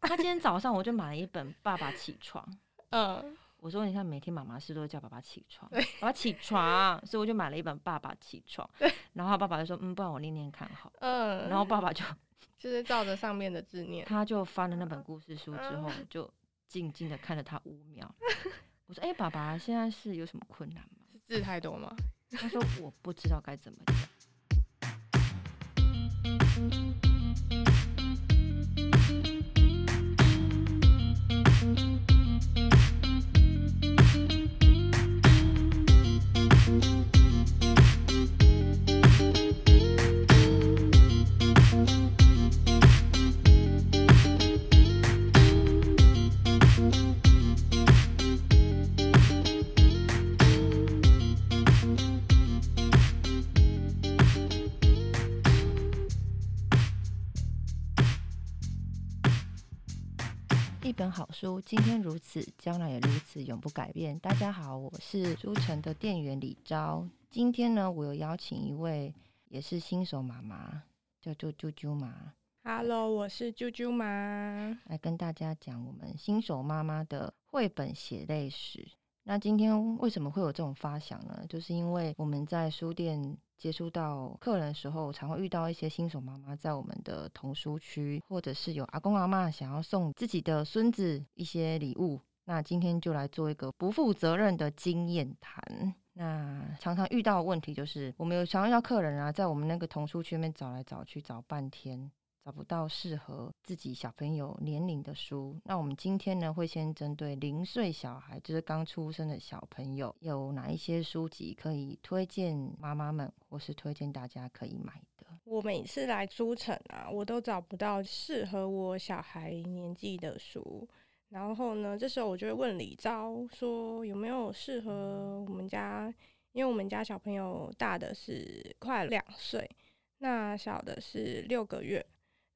他今天早上我就买了一本《爸爸起床》，嗯，我说你看每天妈妈是不是都叫爸爸起床，爸爸起床，所以我就买了一本《爸爸起床》，然后他爸爸就说嗯，不然我念念看好了，嗯，然后爸爸就就是照着上面的字念，他就翻了那本故事书之后，就静静的看着他五秒。我说：“哎、爸爸，现在是有什么困难吗是字太多吗？？”他说：“我不知道该怎么讲。一本好书，今天如此，将来也如此，永不改变。”大家好，我是书城的店员李昭。今天呢，我有邀请一位也是新手妈妈，叫做啾啾妈， Hello，我是啾啾妈。来跟大家讲我们新手妈妈的绘本血泪史。那今天为什么会有这种发想呢？就是因为我们在书店接触到客人的时候，常会遇到一些新手妈妈在我们的童书区，或者是有阿公阿嬷想要送自己的孙子一些礼物。那今天就来做一个不负责任的经验谈。那常常遇到的问题就是，我们有常遇到客人啊，在我们那个童书区里面找来找去，找半天，找不到适合自己小朋友年龄的书。那我们今天呢，会先针对零岁小孩，就是刚出生的小朋友，有哪一些书籍可以推荐妈妈们，或是推荐大家可以买的？我每次来书城啊，我都找不到适合我小孩年纪的书。然后呢，这时候我就会问李昭说有没有适合我们家，因为我们家小朋友大的是快两岁，那小的是六个月，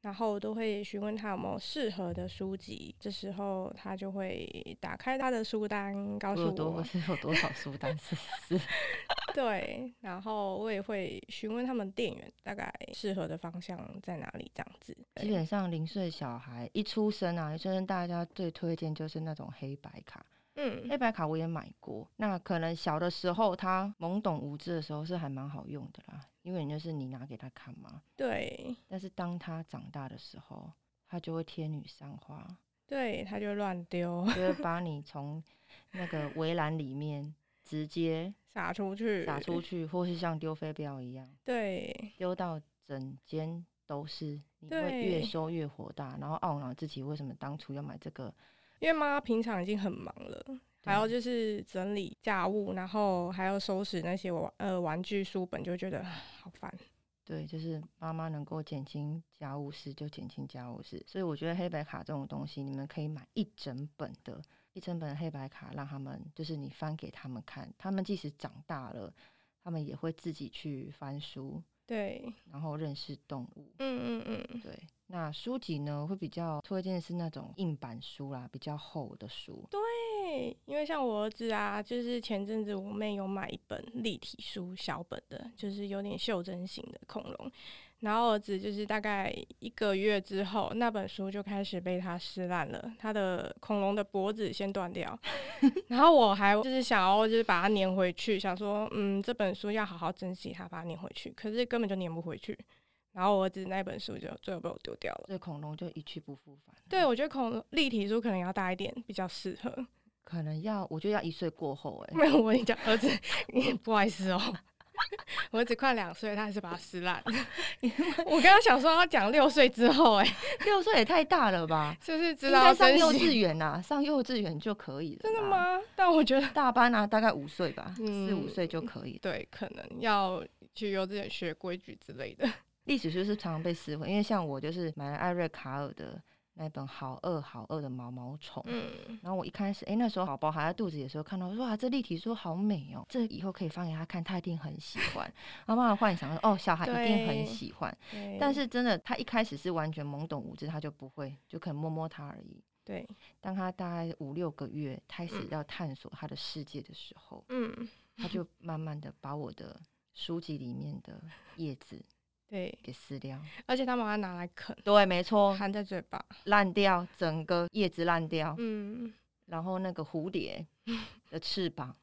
然后我都会询问他有没有适合的书籍。这时候他就会打开他的书单，告我诉有我 多我是有多少书单？是是，对，然后我也会询问他们店员大概适合的方向在哪里，这样子。基本上零岁小孩一出生啊，一出生大家最推荐就是那种黑白卡，嗯黑白卡我也买过，那可能小的时候他懵懂无知的时候是还蛮好用的啦，因为你就是你拿给他看嘛。对但是当他长大的时候，他就会天女散花，对，他就乱丢 就会把你从那个围栏里面直接撒出去，撒出。去，或是像丢飞镖一样对丢到整间都是，你会越对收越火大，然后懊恼自己为什么当初要买这个。因为妈妈平常已经很忙了，对还要就是整理家务，然后还要收拾那些玩呃玩具、书本，就觉得 唉好烦。对，就是妈妈能够减轻家务事就减轻家务事，所以我觉得黑白卡这种东西，你们可以买一整本的，一整本的黑白卡，让他们就是你翻给他们看，他们即使长大了，他们也会自己去翻书，对，然后认识动物。嗯嗯嗯，对，那书籍呢会比较推荐是那种硬版书啦，比较厚的书。对，因为像我儿子啊，就是前阵子我妹有买一本立体书小本的，就是有点袖珍型的恐龙，然后儿子就是大概一个月之后，那本书就开始被他撕烂了，他的恐龙的脖子先断掉，然后我还就是想要就是把它粘回去，想说嗯这本书要好好珍惜它，把它粘回去，可是根本就粘不回去，然后我儿子那本书就最后被我丢掉了。所以恐龙就一去不复返了，对，我觉得恐龙立体书可能要大一点比较适合。可能要我觉得要一岁过后、欸，没有，我跟你讲，儿子，不好意思哦， 我儿子快两岁，他还是把它撕烂。 我刚刚想说要讲六岁之后、哎，六岁也太大了吧？啊就是知应道该上珍幼惜，稚园呐、上幼稚园就可以了。真的？吗？但我觉得，大班啊，大概五岁吧，嗯四五岁就可以了。对，可能要去幼稚园学规矩之类的。历史书是常常被撕毁，因为像我就是买了艾瑞卡尔的那一本《好饿好饿的毛毛虫》。嗯，然后我一开始，哎、那时候宝宝还在肚子里的时候，看到说哇，这立体书好美哦，这以后可以放给他看，他一定很喜欢。然后慢慢幻想说，哦，小孩一定很对喜欢。但是真的，他一开始是完全懵懂无知，他就不会，就可能摸摸它而已。对，当他大概五六个月开始嗯要探索他的世界的时候，嗯，他就慢慢的把我的书籍里面的叶子对，给撕掉。而且他把它拿来啃， 对，没错，含在嘴巴，烂掉，整个叶子烂掉，嗯，然后那个蝴蝶的翅膀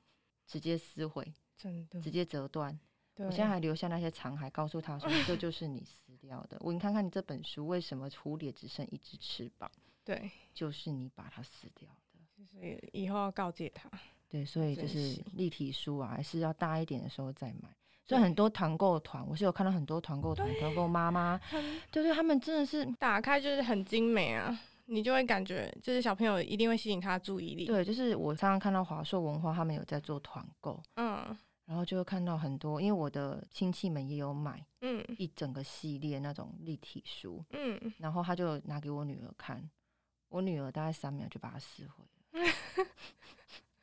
直接撕毁，真的直，接折断。对，我现在还留下那些残骸，告诉他说：“这就是你撕掉的。”我你看看你这本书，为什么蝴蝶只剩一只翅膀？对，就是你把它撕掉的。就是以后要告诫他，对，所以就珍是惜立体书啊，还是要大一点的时候再买。所以对很多团购团，我是有看到很多团购团、团购妈妈，对对，他们真的是打开就是很精美啊，你就会感觉就是小朋友一定会吸引他的注意力，对，就是我常常看到华硕文化他们有在做团购，嗯然后就会看到很多，因为我的亲戚们也有买嗯一整个系列那种立体书，嗯，然后他就拿给我女儿看，我女儿大概三秒就把它撕毁了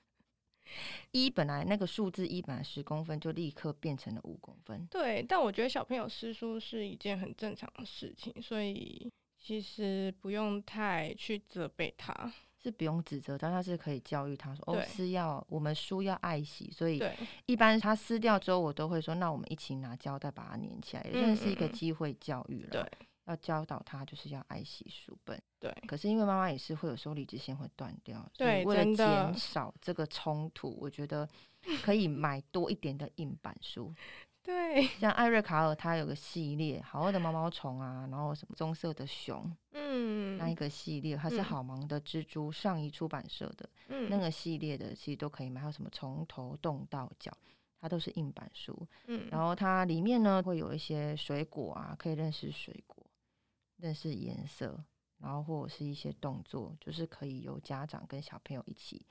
一本来那个数字一本来十公分，就立刻变成了五公分。对，但我觉得小朋友撕书是一件很正常的事情，所以其实不用太去责备他，是不用指责，但他是可以教育他说：“哦，对撕要我们书要爱惜。”所以对一般他撕掉之后，我都会说：“那我们一起拿胶带把它粘起来。”也算是一个嗯嗯嗯机会教育了。对，要教导他就是要爱惜书本。对可是因为妈妈也是会有时候理智线会断掉，所以对为了真的减少这个冲突，我觉得可以买多一点的硬板书， 对，像艾瑞卡尔它有个系列《好饿的毛毛虫》啊，然后什么棕色的熊那一嗯个系列，它是嗯好忙的蜘蛛上一出版社的嗯那个系列的，其实都可以买，还有什么从头动到脚。它都是硬板书，嗯然后它里面呢会有一些水果啊，可以认识水果，认识颜色，然后或者是一些动作，就是可以由家长跟小朋友一起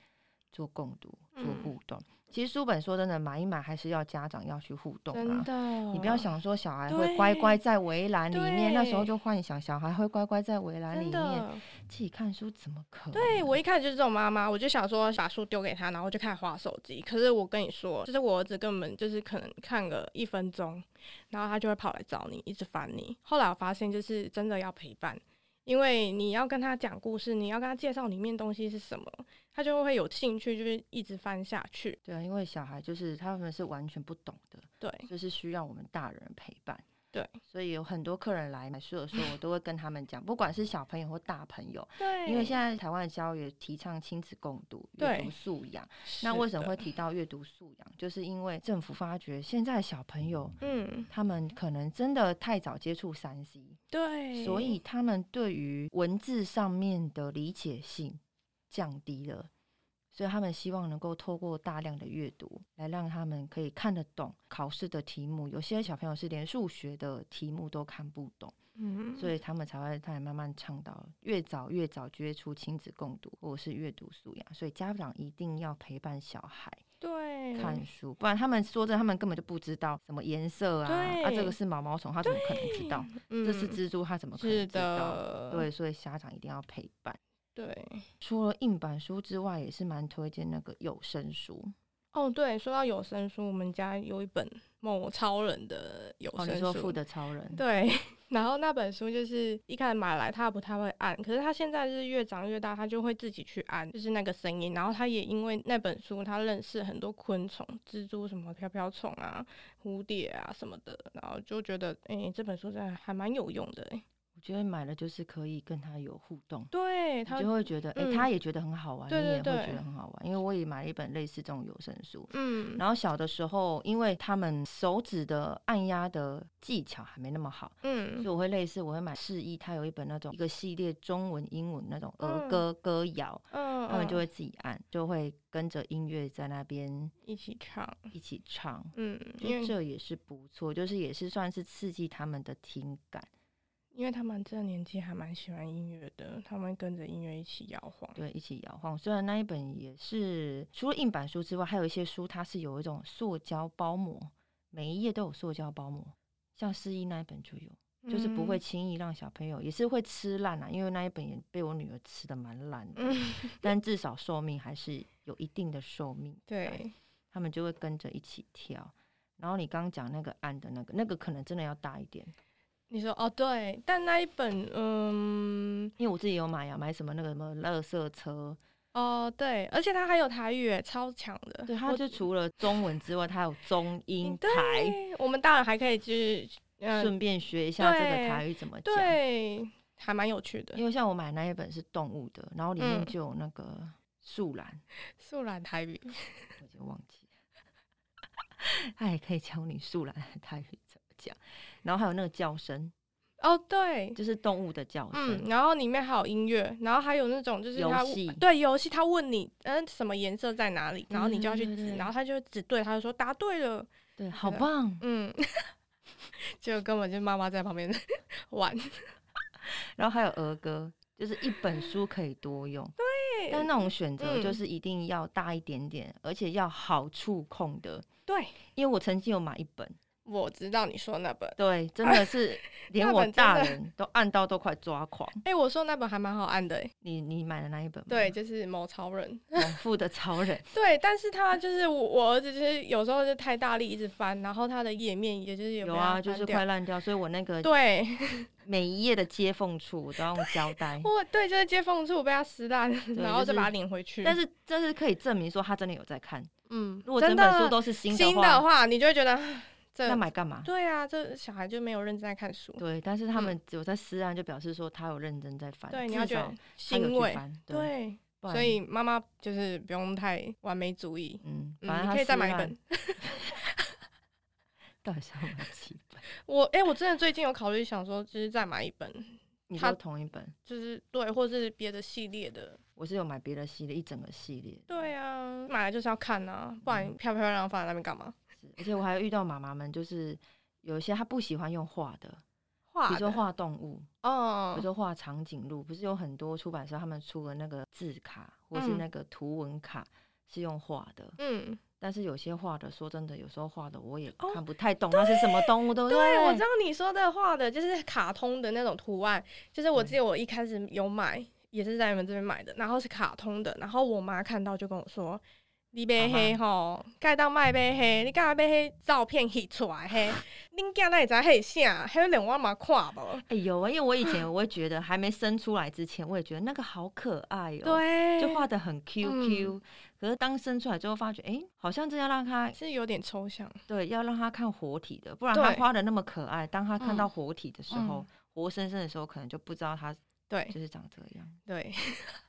做共读、做嗯互动。其实书本说真的，买一买还是要家长要去互动真啊。的，你不要想说小孩会乖乖在围栏里面，那时候对就幻想小孩会乖乖在围栏里真面的。自己看书，怎么可能？啊对哎我一开始就是这种妈妈，我就想说把书丢给他，然后就开始划手机。可是我跟你说，就是我儿子根本就是可能看个一分钟，然后他就会跑来找你，一直烦你。后来我发现，就是真的要陪伴，因为你要跟他讲故事，你要跟他介绍里面东西是什么，他就会有兴趣，就是一直翻下去。对啊，因为小孩就是他们是完全不懂的，对，就是需要我们大人陪伴。嗯对，所以有很多客人来买书的时候，我都会跟他们讲，不管是小朋友或大朋友，对因为现在台湾的教育也提倡亲子共读、阅对读素养。 在那为什么会提到阅读素养？就是因为政府发觉现在小朋友嗯，他们可能真的太早接触三 C，对，所以他们对于文字上面的理解性降低了，所以他们希望能够透过大量的阅读来让他们可以看得懂考试的题目。有些小朋友是连数学的题目都看不懂，嗯，所以他们才会才慢慢倡导越早越早接触亲子共读或者是阅读素养。所以家长一定要陪伴小孩对看书，不然他们说真的，他们根本就不知道什么颜色啊，啊这对个是毛毛虫，他怎么可能知道？这是嗯蜘蛛，他怎么可是能知道？的，对，所以家长一定要陪伴。对。除了硬板书之外，也是蛮推荐那个有声书。哦，对，说到有声书，我们家有一本某超人的有哦，声你书，说《富的超人》？对。 然后那本书就是一开始买来他不太会按，可是他现在是越长越大，他就会自己去按，就是那个声音。然后他也因为那本书，他认识很多昆虫、蜘蛛、什么飘飘虫啊、蝴蝶啊什么的，然后就觉得，诶，这本书真的还蛮有用的、欸诶我觉得买了就是可以跟他有互动，对，你他，就会觉得，哎、嗯他也觉得很好玩，对对你也会觉对得很好玩。因为我也买了一本类似这种有声书。嗯，然后小的时候，因为他们手指的按压的技巧还没那么好，所以嗯，我会类似我会买释一，他有一本那种一个系列中文、英文那种儿嗯歌歌谣，嗯，他们就嗯会自己按，就会跟着音乐在那边一起唱，一起唱。嗯，因就为这也是不错，就是也是算是刺激他们的听感。因为他们这个年纪还蛮喜欢音乐的，他们跟着音乐一起摇晃。对，一起摇晃。虽然那一本也是除了硬板书之外，还有一些书它是有一种塑胶包膜，每一页都有塑胶包膜。像诗意那一本就有，就是不嗯会轻易让小朋友，也是会吃烂啊，因为那一本也被我女儿吃的蛮烂的，嗯，但至少寿命还是有一定的寿命。 嗯对，他们就会跟着一起跳。然后你刚刚讲那个按的那个，那个可能真的要大一点，你说哦，对，但那一本，嗯，因为我自己有买呀、啊买什么那个什么乐色车，哦，对，而且它还有台语耶，超强的。对，它我就除了中文之外，它有中英对台，我们大人还可以就是嗯、顺便学一下这对个台语怎么讲。对，还蛮有趣的。因为像我买那一本是动物的，然后里嗯面就有那个树懒，素兰台语，我就忘记了， 他也可以教你树懒的台语怎么讲，然后还有那个叫声， 哦，对，就是动物的叫声。嗯，然后里面还有音乐，然后还有那种就是游他戏对游戏，他问你嗯、呃什么颜色在哪里，然后你就要去嗯对对指，对然后他就指对，他就说答对了，对，好对棒！嗯， 就根本就是妈妈在旁边 玩，然后还有儿歌，就是一本书可以多用。对但那种选择就嗯是一定要大一点点，而且要好触控的。对，因为我曾经有买一本，我知道你说那本，对，真的 是连那我本真大的人都按到都快抓狂。哎、我说那本还蛮好按的、欸，你你买的那一本吗？对，，就是某超人， 《富的超人》对，但是他就是我我儿子，就是有时候就太大力一直翻，然后他的页面也 就是有有被他啊，就翻是掉快烂掉，所以我那个对，。每一页的接缝处我都要用胶带我对，就是接缝处被他撕烂，然后就是再把它领回去。但是这是可以证明说他真的有在看。嗯，如果真整的本书都是新新的话，话，你就会觉得啊这那买干嘛？对啊，这小孩就没有认真在看书。对，但是他们只有在私案，就表示说他有认真在翻，嗯对，你要啊至觉少得他有欣去慰。翻，对，对，不然所以妈妈就是不用太完美主义。嗯，反嗯，正你他可以再私买一案本。。到底是要买几 本？我哎、我真的最近有考虑想说，就是再买一本，你他说同一本，就是对，或是别的系列的。我是有买别的系列，一整个系列。对啊，买来就是要看啊，不然嗯漂漂亮亮放在那边干嘛？是，而且我还遇到妈妈们，就是有一些她不喜欢用画的，画比如说的画动物，比如哦，说画长颈鹿，不是有很多出版社他们出的那个字卡或是嗯那个图文卡是用画的，嗯，但是有些画的，说真的，有时候画的我也哦看不太懂它是什么动物，对不对，我对知道你说的画的，就是卡通的那种图案，就是我记对得我一开始有买，也是在你们这边买的，然后是卡通的，然后我妈看到就跟我说。你啊被黑吼，盖到麦被黑，你干嘛被黑照片翕出来黑？ 恁囝那会知黑啥？还有人我嘛看无？哎有啊，因为我以 前我会觉得还没生出来之前，我也觉得那个好可爱哦、对，嗯就画的很 Q Q、可是当生出来之后，发觉哎、诶好像真要让他是有点抽象。对要让他看活体的，不然他对画的那么可爱，当他看嗯到活体的时候，嗯活生生的时候，可能就不知道他对就是嗯长这样。对，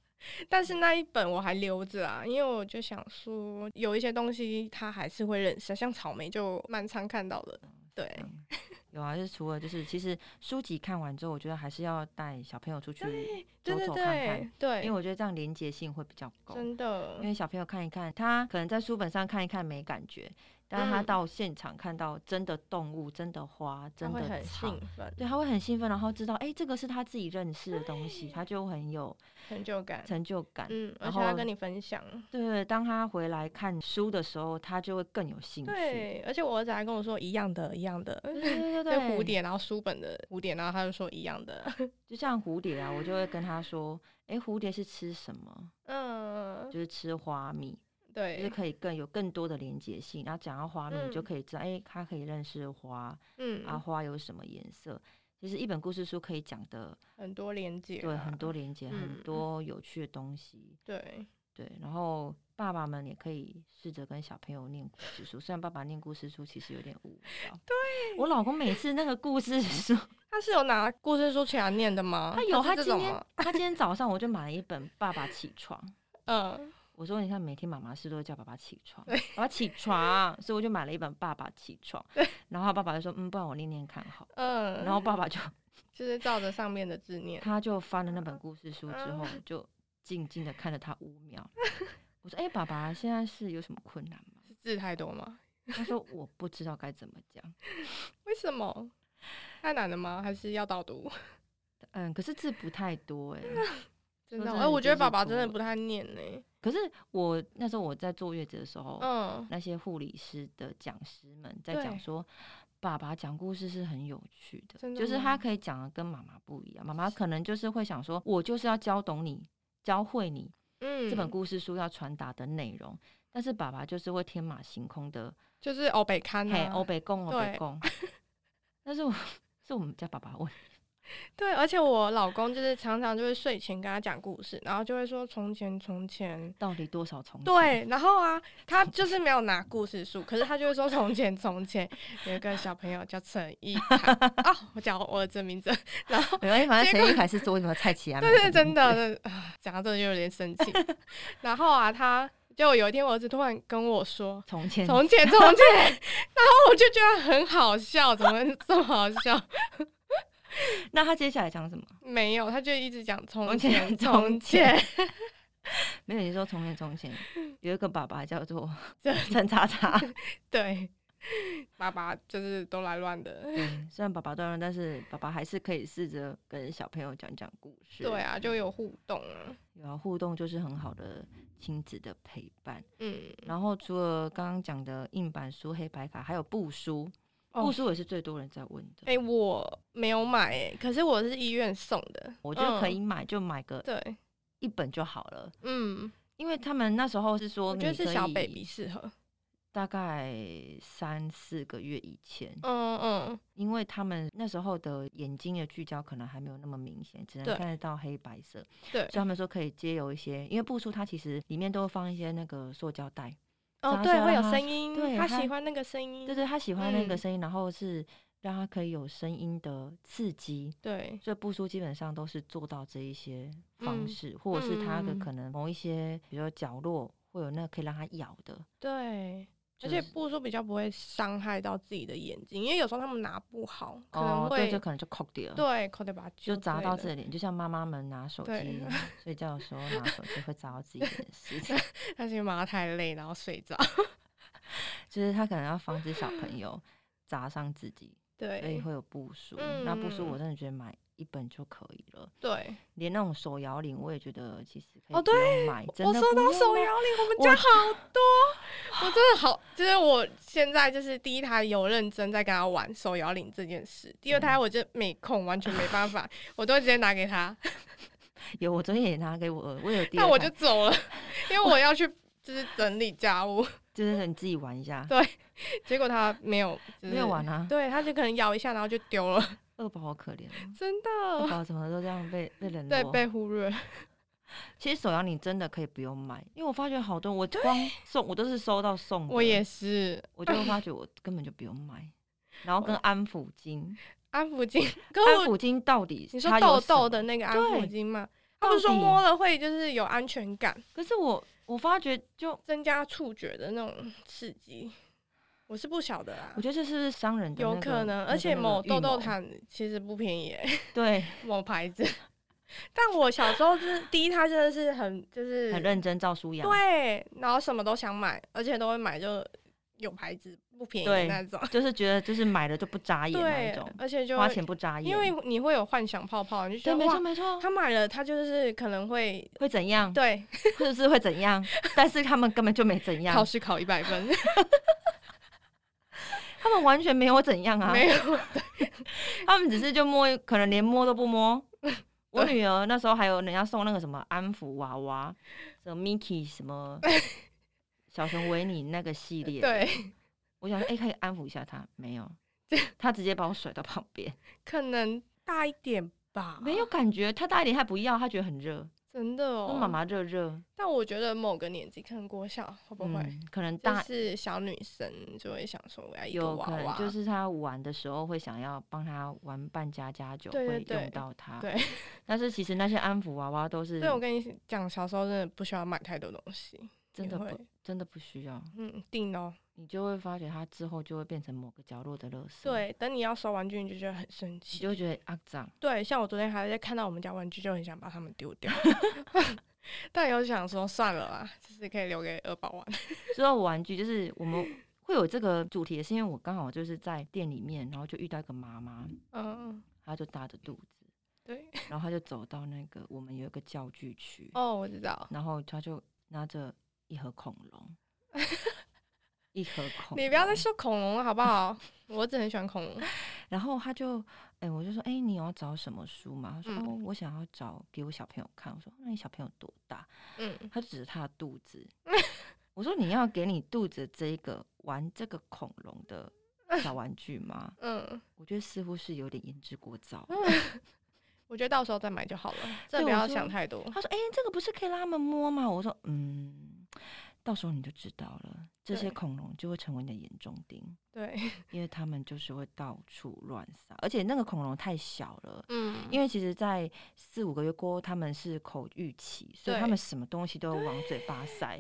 但是那一本我还留着啊，因为我就想说，有一些东西它还是会认识，像草莓就蛮常看到的。对，嗯有啊，就是除了就是，其实书籍看完之后，我觉得还是要带小朋友出去，走对对走对看看因为对，我觉得这样连接性会比较高。真的因，为小朋友看一看，他可能在书本上看一看没感觉，但是他嗯到现场看到真的动物、真的花、他真会的很草兴，奋，对，他会很兴奋，然后知道，哎、这个是他自己认识的东西，他就很有成就感。成就感。嗯，而然且他后跟你分享，对对对，当他回来看书的时候，他就会更有兴趣。对，而且我儿子还跟我说一样的，一样的， 对对对嗯就对，蝴，蝶，然后书本的蝴蝶，然后他就说一 样的，就像蝴蝶啊，我就会跟他说，哎、蝴蝶是吃什么？嗯，就是吃花蜜，就是对，可以更有更多的连接性。然后讲到花蜜，你就嗯可以知道，哎、他可以认识花，啊，嗯，花有什么颜色？其实一本故事书可以讲的，很多连接啊，对很多连接，嗯很多有趣的东西，对，对。然后爸爸们也可以试着跟小朋友念故事书，虽然爸爸念故事书其实有点无聊。对，我老公每次那个故 事书，他是有拿故事书起来念的吗？他有哦是他这今种天吗？他今天早上我就买了一本《爸爸起床》。嗯，我说，你看，每天妈妈是都会叫爸爸起床，爸爸起床，所以我就买了一本《爸爸起床》，然后爸爸就说，嗯，不然我念念看好了， 嗯，然后爸爸就就是照着上面的字念，他就翻了那本故事书之后啊，就静静的看着他五 秒。我说：“哎、爸爸，现在是有什么困难吗字太多吗？？”他说：“我不知道该怎么讲。为什么？太难了吗？还是要导读？” 嗯，可是字不太多哎、真的哦，真哎、的我觉得就是爸爸读真的了不太念呢、可是我那时候我在坐月子的时候，嗯，那些护理师的讲师们在讲对说，爸爸讲故事是很有趣的，真的就是他吗可以讲的跟妈妈不一样。妈妈可能就是会想说，我就是要教懂你，教会你嗯，这本故事书要传达的内容。但是爸爸就是会天马行空的就是欧北刊嘿，啊， 欧北贡，欧对北贡。但是我是我们家爸爸问，对，而且我老公就是常常就是睡前跟他讲故事，然后就会说从前从前。到底多少重？，对，然后啊，他就是没有拿故事书，可是他就会说从前从 前有一个小朋友叫陈意涵啊，我讲我儿子的名 字，然后没关系，反正结陈意还是啊说什么蔡 奇安，对对，真的，真的啊讲到这就有点生 气。然后啊，他就有一天我儿子突然跟我说从前从前从前， 然后我就觉得很好笑，怎么这么好笑？那他接下来讲什么？没有，他就一直讲从从前前从从前前，没有，你说从前从 前有一个爸爸叫做对陈叉 叉，对，爸爸就是都来乱的。对，虽然爸爸断了，但是爸爸还是可以试着跟小朋友讲讲故事。 对啊，就有互动啊。有啊，互动就是很好的亲子的陪伴。嗯，然后除了刚刚讲的硬板书、黑白卡，还有布书，哦布书也是最多人在问的。哎、我没有买、哎，可是我是医院送的。我觉得可以嗯买，就买个对，一本就好了，嗯，因为他们那时候是说我你觉得是可小以 baby 适合。大概三四个月以前，嗯嗯，因为他们那时候的眼睛的聚焦可能还没有那么明显，只对能看得到黑白色，对所以他们说可以借由一些，因为布书它其实里面都会放一些那个塑胶袋，哦，杂对，交会有它声音，对他它喜欢那个声音。对对，他喜欢那个嗯声音，然后是让他可以有声音的刺激，对所以布书基本上都是做到这一些嗯方式，或者是它的嗯嗯嗯可能某一些，比如说角落会有那个可以让它咬的，对，就而且是布书比较不会伤害到自己的眼睛，因为有时候他们拿不好，可能哦，会、对，就可能就扣掉，对口得把它就揪砸之到类自的己的脸，就像妈妈们拿手对 机睡觉的时候拿手机会砸到自己的事情，他是因为妈妈太累，然后睡着。就是他可能要防止小朋友砸伤自己，所以对哎会有布书。那布书嗯我真的觉得买一本就可以了，对，连那种手摇铃我也觉得其实可哦以不用买，真我的收不到用啊手买摇铃，我们我家好 多，我真的好，就是我现在就是第一胎有认真在跟他玩手摇铃这件事，第嗯二胎我就没空，完全没办法，我都会直接拿给他，有，我昨天也拿给我，我 有第那二我就台走 了，因为我要去就是整理家务，就是你自己玩一下，结果他没有，就是没有玩啊，对，他就可能咬一下，然后就丢了， 二宝好可怜哦，真二的，宝怎么都这样被被冷对，落。被忽略，嗯其实手摇你真的可以不用买，因为我发觉好多我光送我都是收到送的，我也是。我就会发觉我根本就不用买。然后跟安抚巾，安抚巾，跟我安抚巾到底你说它有痘什痘么的，那个安抚对巾吗？他不是说到底摸了会就是有安全感，可是我我发觉就增加触觉的那种刺激，我是不晓得啊我，觉得这是不是商人的那有个可能。那而个且那个某预痘痘谋毯其实不便宜耶， 对某牌子。但我小时候就是第一胎真的是很就是很认真照书养，对，然后什么都想买，而且都会买就有牌子不便宜的对那种，就是觉得就是买了就不眨眼那对一种，，而且就花钱不眨眼，因为你会有幻想泡泡，你就对觉得没错嗯哇，没错，他买了他就是可能会会怎样？对或者是会怎 样？但是他们根本就没怎考样，试考一百分，他们完全没有怎样 啊，没有他们只是就摸，可能连摸都不摸。我女儿那时候还有人家送那个什么安抚娃娃，什么 Mickey 什么小熊维尼那个系列，对。我想说，哎、可以安抚一下她，没有，她直接把我甩到旁边，可能大一点吧，没有感觉。她大一点她不要，她觉得很热，真的哦说。妈，妈热热，但我觉得某个年纪，可能国小会不会、嗯，可能就大是小女生就会想说我要一个有娃可能娃，就是他玩的时候会想要帮他玩扮家家酒，对对会对用到它。对，但是其实那些安抚娃娃都是对我跟你讲，小时候真的不需要买太多东西，真的你会不真的不需要，嗯定哦。你就会发觉它之后就会变成某个角落的垃圾，，对，等你要收玩具，你就觉得很生你气。就会觉得肮啊脏。对，像我昨天还在看到我们家玩具，就很想把它们丢掉， 但又想说算了啦，就是可以留给二宝玩。说到玩具，就是我 们会有这个主题，也是因为我刚好就是在店里面，然后就遇到一个妈妈，嗯，她就大着肚子，对。然后她就走到那个我们有一个教具区，哦，我知道，然后她就拿着一盒恐 龙。一盒恐龙，你不要再说恐龙了好不好？我只很喜欢恐龙。然后他就，哎、我就说，哎、你有要找什么书吗？他说，嗯哦，我想要找给我小朋友看。我说，那你小朋友多大？嗯，他就指着他的肚子， 我说，你要给你肚子这一个玩这个恐龙的小玩具吗？嗯，我觉得似乎是有点言之过早。我觉得到时候再买就好了，这对不我要说想太 多。他说：“哎、这个不是可以让他们摸吗？”我说：“嗯，到时候你就知道了，这些对恐龙就会成为你的眼中钉，对，因为他们就是会到处乱撒，而且那个恐龙太小了。”嗯，因为其实，在四五个月过后，他们是口欲期，所以他对们什么东西都往嘴巴塞，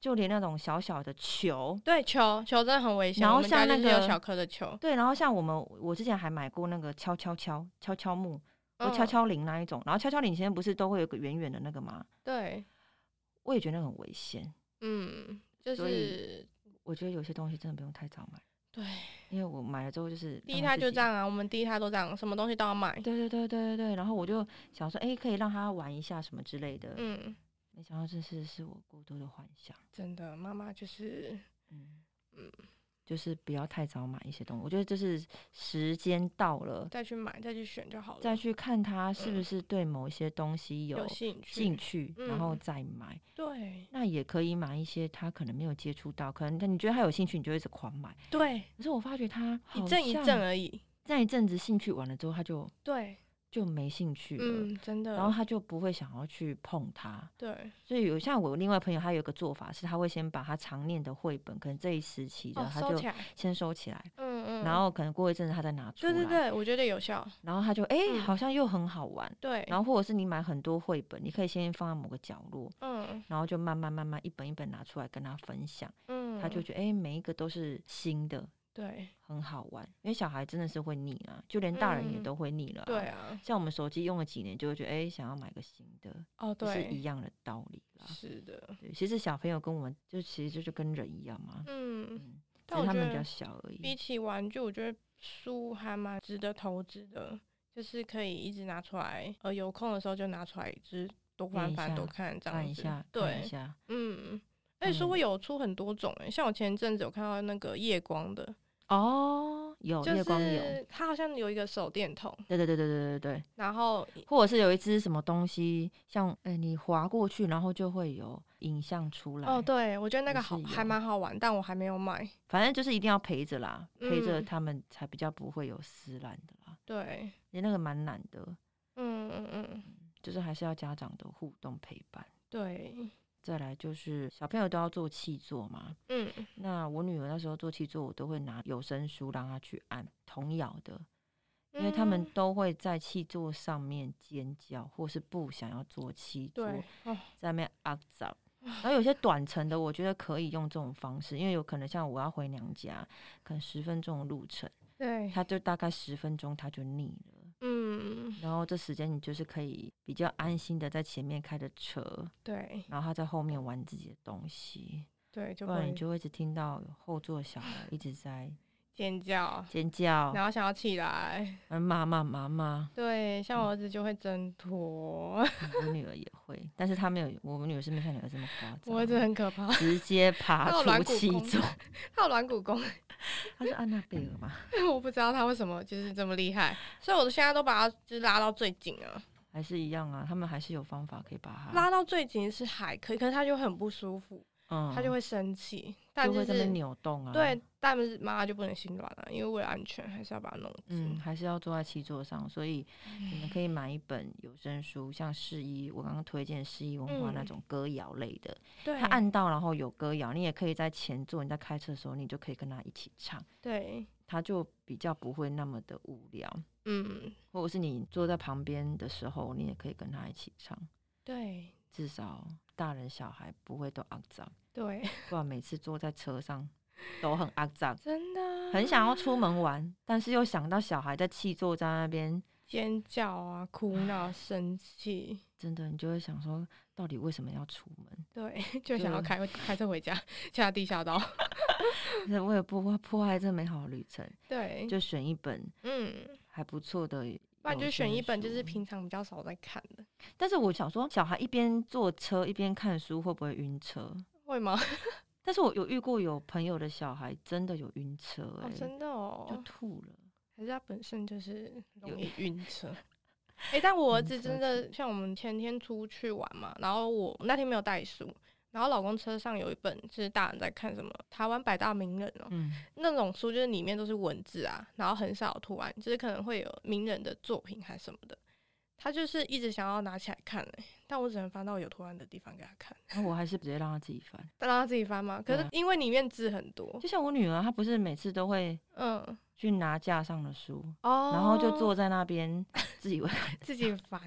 就连那种小小的球，对球球真的很危险，然后我们家像那就是有个小颗的球，对，然后像我们，我之前还买过那个敲敲敲敲敲木，或敲嗯敲铃那一种，然后敲敲铃现在不是都会有个圆圆的那个吗？对，我也觉得那个很危险，嗯，就所是以我觉得有些东西真的不用太早买，对，因为我买了之后就是第一让胎自就己这，样啊，我们第一胎都这样，什么东西都要买，对对对对对对，然后我就想说，哎，可以让他玩一下什么之类的，嗯，没想到这是是我过多的幻想，真的，妈妈就是嗯嗯就是不要太早买一些东西，我觉得这是时间到了。再去买，再去选就好了，再去看他是不嗯是对某一些东西有有兴趣，兴趣，然后嗯再买。对那也可以买一些他可能没有接触到，可能你觉得他有兴趣，你就一直狂买。对，可是我发觉他一好像阵一阵，而已，那一阵子兴趣完了之后，他就对，就没兴趣了。嗯，真的，然后他就不会想要去碰它，对，所以有像我另外朋友，他有一个做法是，他会先把他常念的绘本，可能这一时期的、哦，他收就起来，先收起来，嗯嗯，然后可能过一阵子他再拿出对来，对对，我觉得有效，然后他就哎、诶嗯好像又很好玩，对，然后或者是你买很多绘本，你可以先放在某个角落，嗯然后就慢慢慢慢一本一本拿出来跟他分享。嗯，他就觉得哎、诶每一个都是新的，对很好玩。因为小孩真的是会腻啊，就连大人也嗯都会腻了、对，啊，像我们手机用了几年，就会觉得哎、诶想要买个新的，哦就是一对，样的道理啦。是的，对，其实小朋友跟我们就其实就是跟人一样嘛，嗯，嗯，只但是我他觉们比较得小而比已。起玩具，我觉得书还蛮值得投资的，就是可以一直拿出来，呃，有空的时候就拿出来，就是多念翻一翻、多下看这看样一子下，，看一对，下，嗯。而嗯且书会有出很多种诶、像我前阵子有看到那个夜光的，哦，有就夜光有，是它好像有一个手电筒，对对对对对对对，然后或者是有一只什么东西，像哎、你滑过去，然后就会有影像出来。哦，对我觉得那也个是好还有蛮好玩，但我还没有买。反正就是一定要陪着啦，陪着嗯他们才比较不会有撕烂的啦。对，也那个蛮难的，嗯嗯嗯，就是还是要家长的互动陪伴。对，再来就是小朋友都要做气座嘛，嗯那我女儿那时候做气座，我都会拿有声书让她去按童谣的，因为他们嗯都会在气座上面尖叫，或是不想要做气座，对哦，在那边肮 脏。然后有些短程的，我觉得可以用这种方式，因为有可能像我要回娘家，可能十分钟的路程。对，他就大概十分钟他就腻了，嗯然后这时间你就是可以比较安心的在前面开着车，对然后他在后面玩自己的东西，对，就不然会你就会一直听到后座的小孩一直在尖叫，尖叫，然后想要起来。嗯，妈妈妈妈，对，嗯像我儿子就会 挣脱，我女儿也会，但是她没有，我们女儿是没有像你儿子那么我夸儿子张。很可怕， 直接爬她有软出骨气功中，他有软骨功， 她是安娜贝尔吗？我不知道他为什么就是这么厉害，所以我现在都把他就是拉到最紧啊，还是一样啊？他们还是有方法可以 把她，拉到最紧是还可以，可是他就很不舒服，嗯，他就会生气，但就就会这是边扭动啊，对，，但是妈妈就不能心软了，因为为了安全，还是要嗯把它弄直。嗯，还是要坐在七座上，所以你们可以买一本有声书，像释一，我刚刚推荐释一文化那嗯种歌谣类的，对，它按到然后有歌谣，你也可以在前座，你在开车的时候，你就可以跟他一起唱，对，它就比较不会那么的无聊，嗯，或者是你坐在旁边的时候，你也可以跟他一起唱，对至少大人小孩不会都肮脏，对，不然每次坐在车上都很肮脏。真的啊很想要出门玩，但是又想到小孩在气座在那边尖叫啊、哭闹、生气，真的，你就会想说，到底为什么要出门？ 对， 就想要对开开车回家，下地 下道。就是为了破坏破坏这美好的旅程，对，就选一本嗯，还不错的。不然就选一本就是有声书平常比较少在看的，但是我想说，小孩一边坐车一边看书，会不会晕车？会吗？但是我有遇过有朋友的小孩真的有晕车、欸，哦，真的就哦，吐了。还是他本身就是容有易晕车。哎、但我儿晕子车真的像我们前天出去玩嘛，然后我那天没有带书，然后老公车上有一本就是大人在看什么台湾百大名人哦、嗯，那种书就是里面都是文字啊，然后很少有图案，就是可能会有名人的作品还是什么的。他就是一直想要拿起来看、欸，但我只能翻到有图案的地方给他看，然后我还是直接让他自己翻。但让他自己翻嘛。可对啊是因为里面字很多，就像我女儿，她不是每次都会嗯，去拿架上的书，哦，然后就坐在那边自己玩。 自己翻，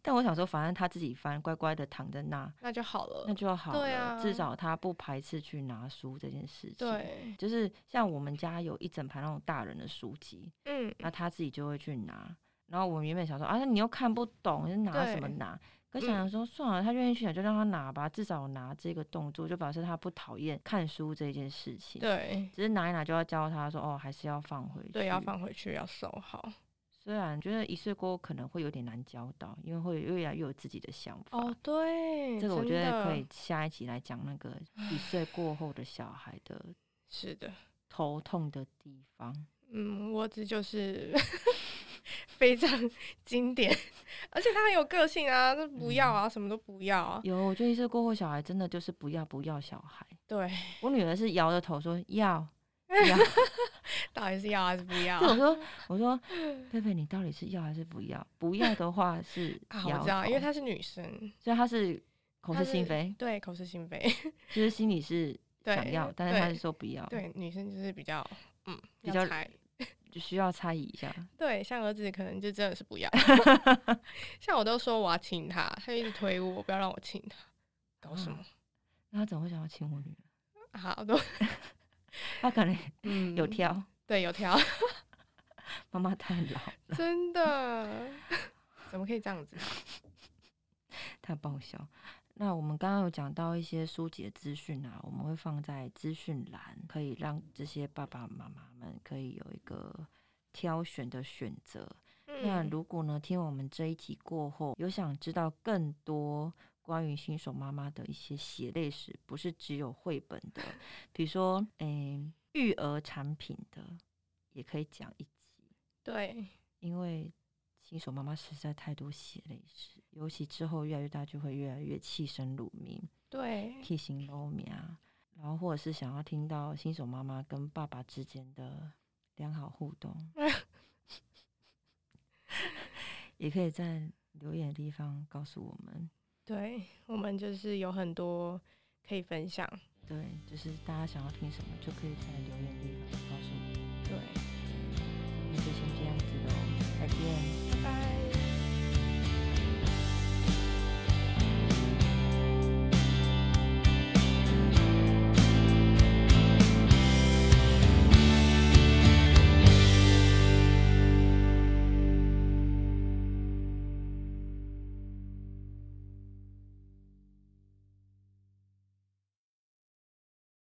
但我想说，反正她自己翻，乖乖的躺在那，那就好了那。就好对了。啊至少她不排斥去拿书这件事情。，对，就是像我们家有一整排那种大人的书籍，嗯，那她自己就会去拿。然后我们原本想说，啊，那你又看不懂，你拿什么对嗯拿？可想想说，算了，她愿意去拿就让她拿吧，至少拿这个动作就表示她不讨厌看书这件事情。对只是拿一拿就要教他说，哦，还是要放回去。对，要。放回去，要收好。虽然觉得一岁过后可能会有点难教导，因为会越来越有自己的想法。哦，对，这个我觉真得的可以，下一集来讲那个一岁过后的小孩的是的，头痛的地方。嗯，我只就是 非常经典， 而且他很有个性啊，这不要嗯啊，什么都不要啊，有，我觉得一岁过后小孩真的就是不要不要小孩。对，我女儿是摇着头说要要， 到底是要还是不要对我啊？ 说我说佩佩你到底是要还是不要？不要的话是 啊摇我知道，因为头她是女生，所以她是口她是心是非，对，口是心非，就是心里是对想要，但是他对是说不要，，对，女生就是比较，嗯，比要较猜就需要猜疑一下。对，像儿子可能就真的是不要， 像我都说我要亲他，他就一直推我，不要让我亲他，搞什么？那他怎么会想要亲我女儿？好都他可能嗯嗯有，挑，对，有 挑，妈妈太老，真的， 怎么可以这样子？啊太爆笑。那我们刚刚有讲到一些书籍的资讯啊，我们会放在资讯栏，可以让这些爸爸妈妈们可以有一个挑选的选择。那嗯，如果呢，听我们这一集过后，有想知道更多关于新手妈妈的一些血泪史，不是只有绘本的，比如说，嗯，育儿产品的，也可以讲一集，对，因为新手妈妈实在太多血泪史，尤其之后越来越大，就会越来越弃身辱命，对，替行露面啊，然后或者是想要听到新手妈妈跟爸爸之间的良好互动，也可以在留言的地方告诉我们。对，我们就是有很多可以分享，对，就是大家想要听什么，就可以在留言的地方告诉我们。对。今天就先这样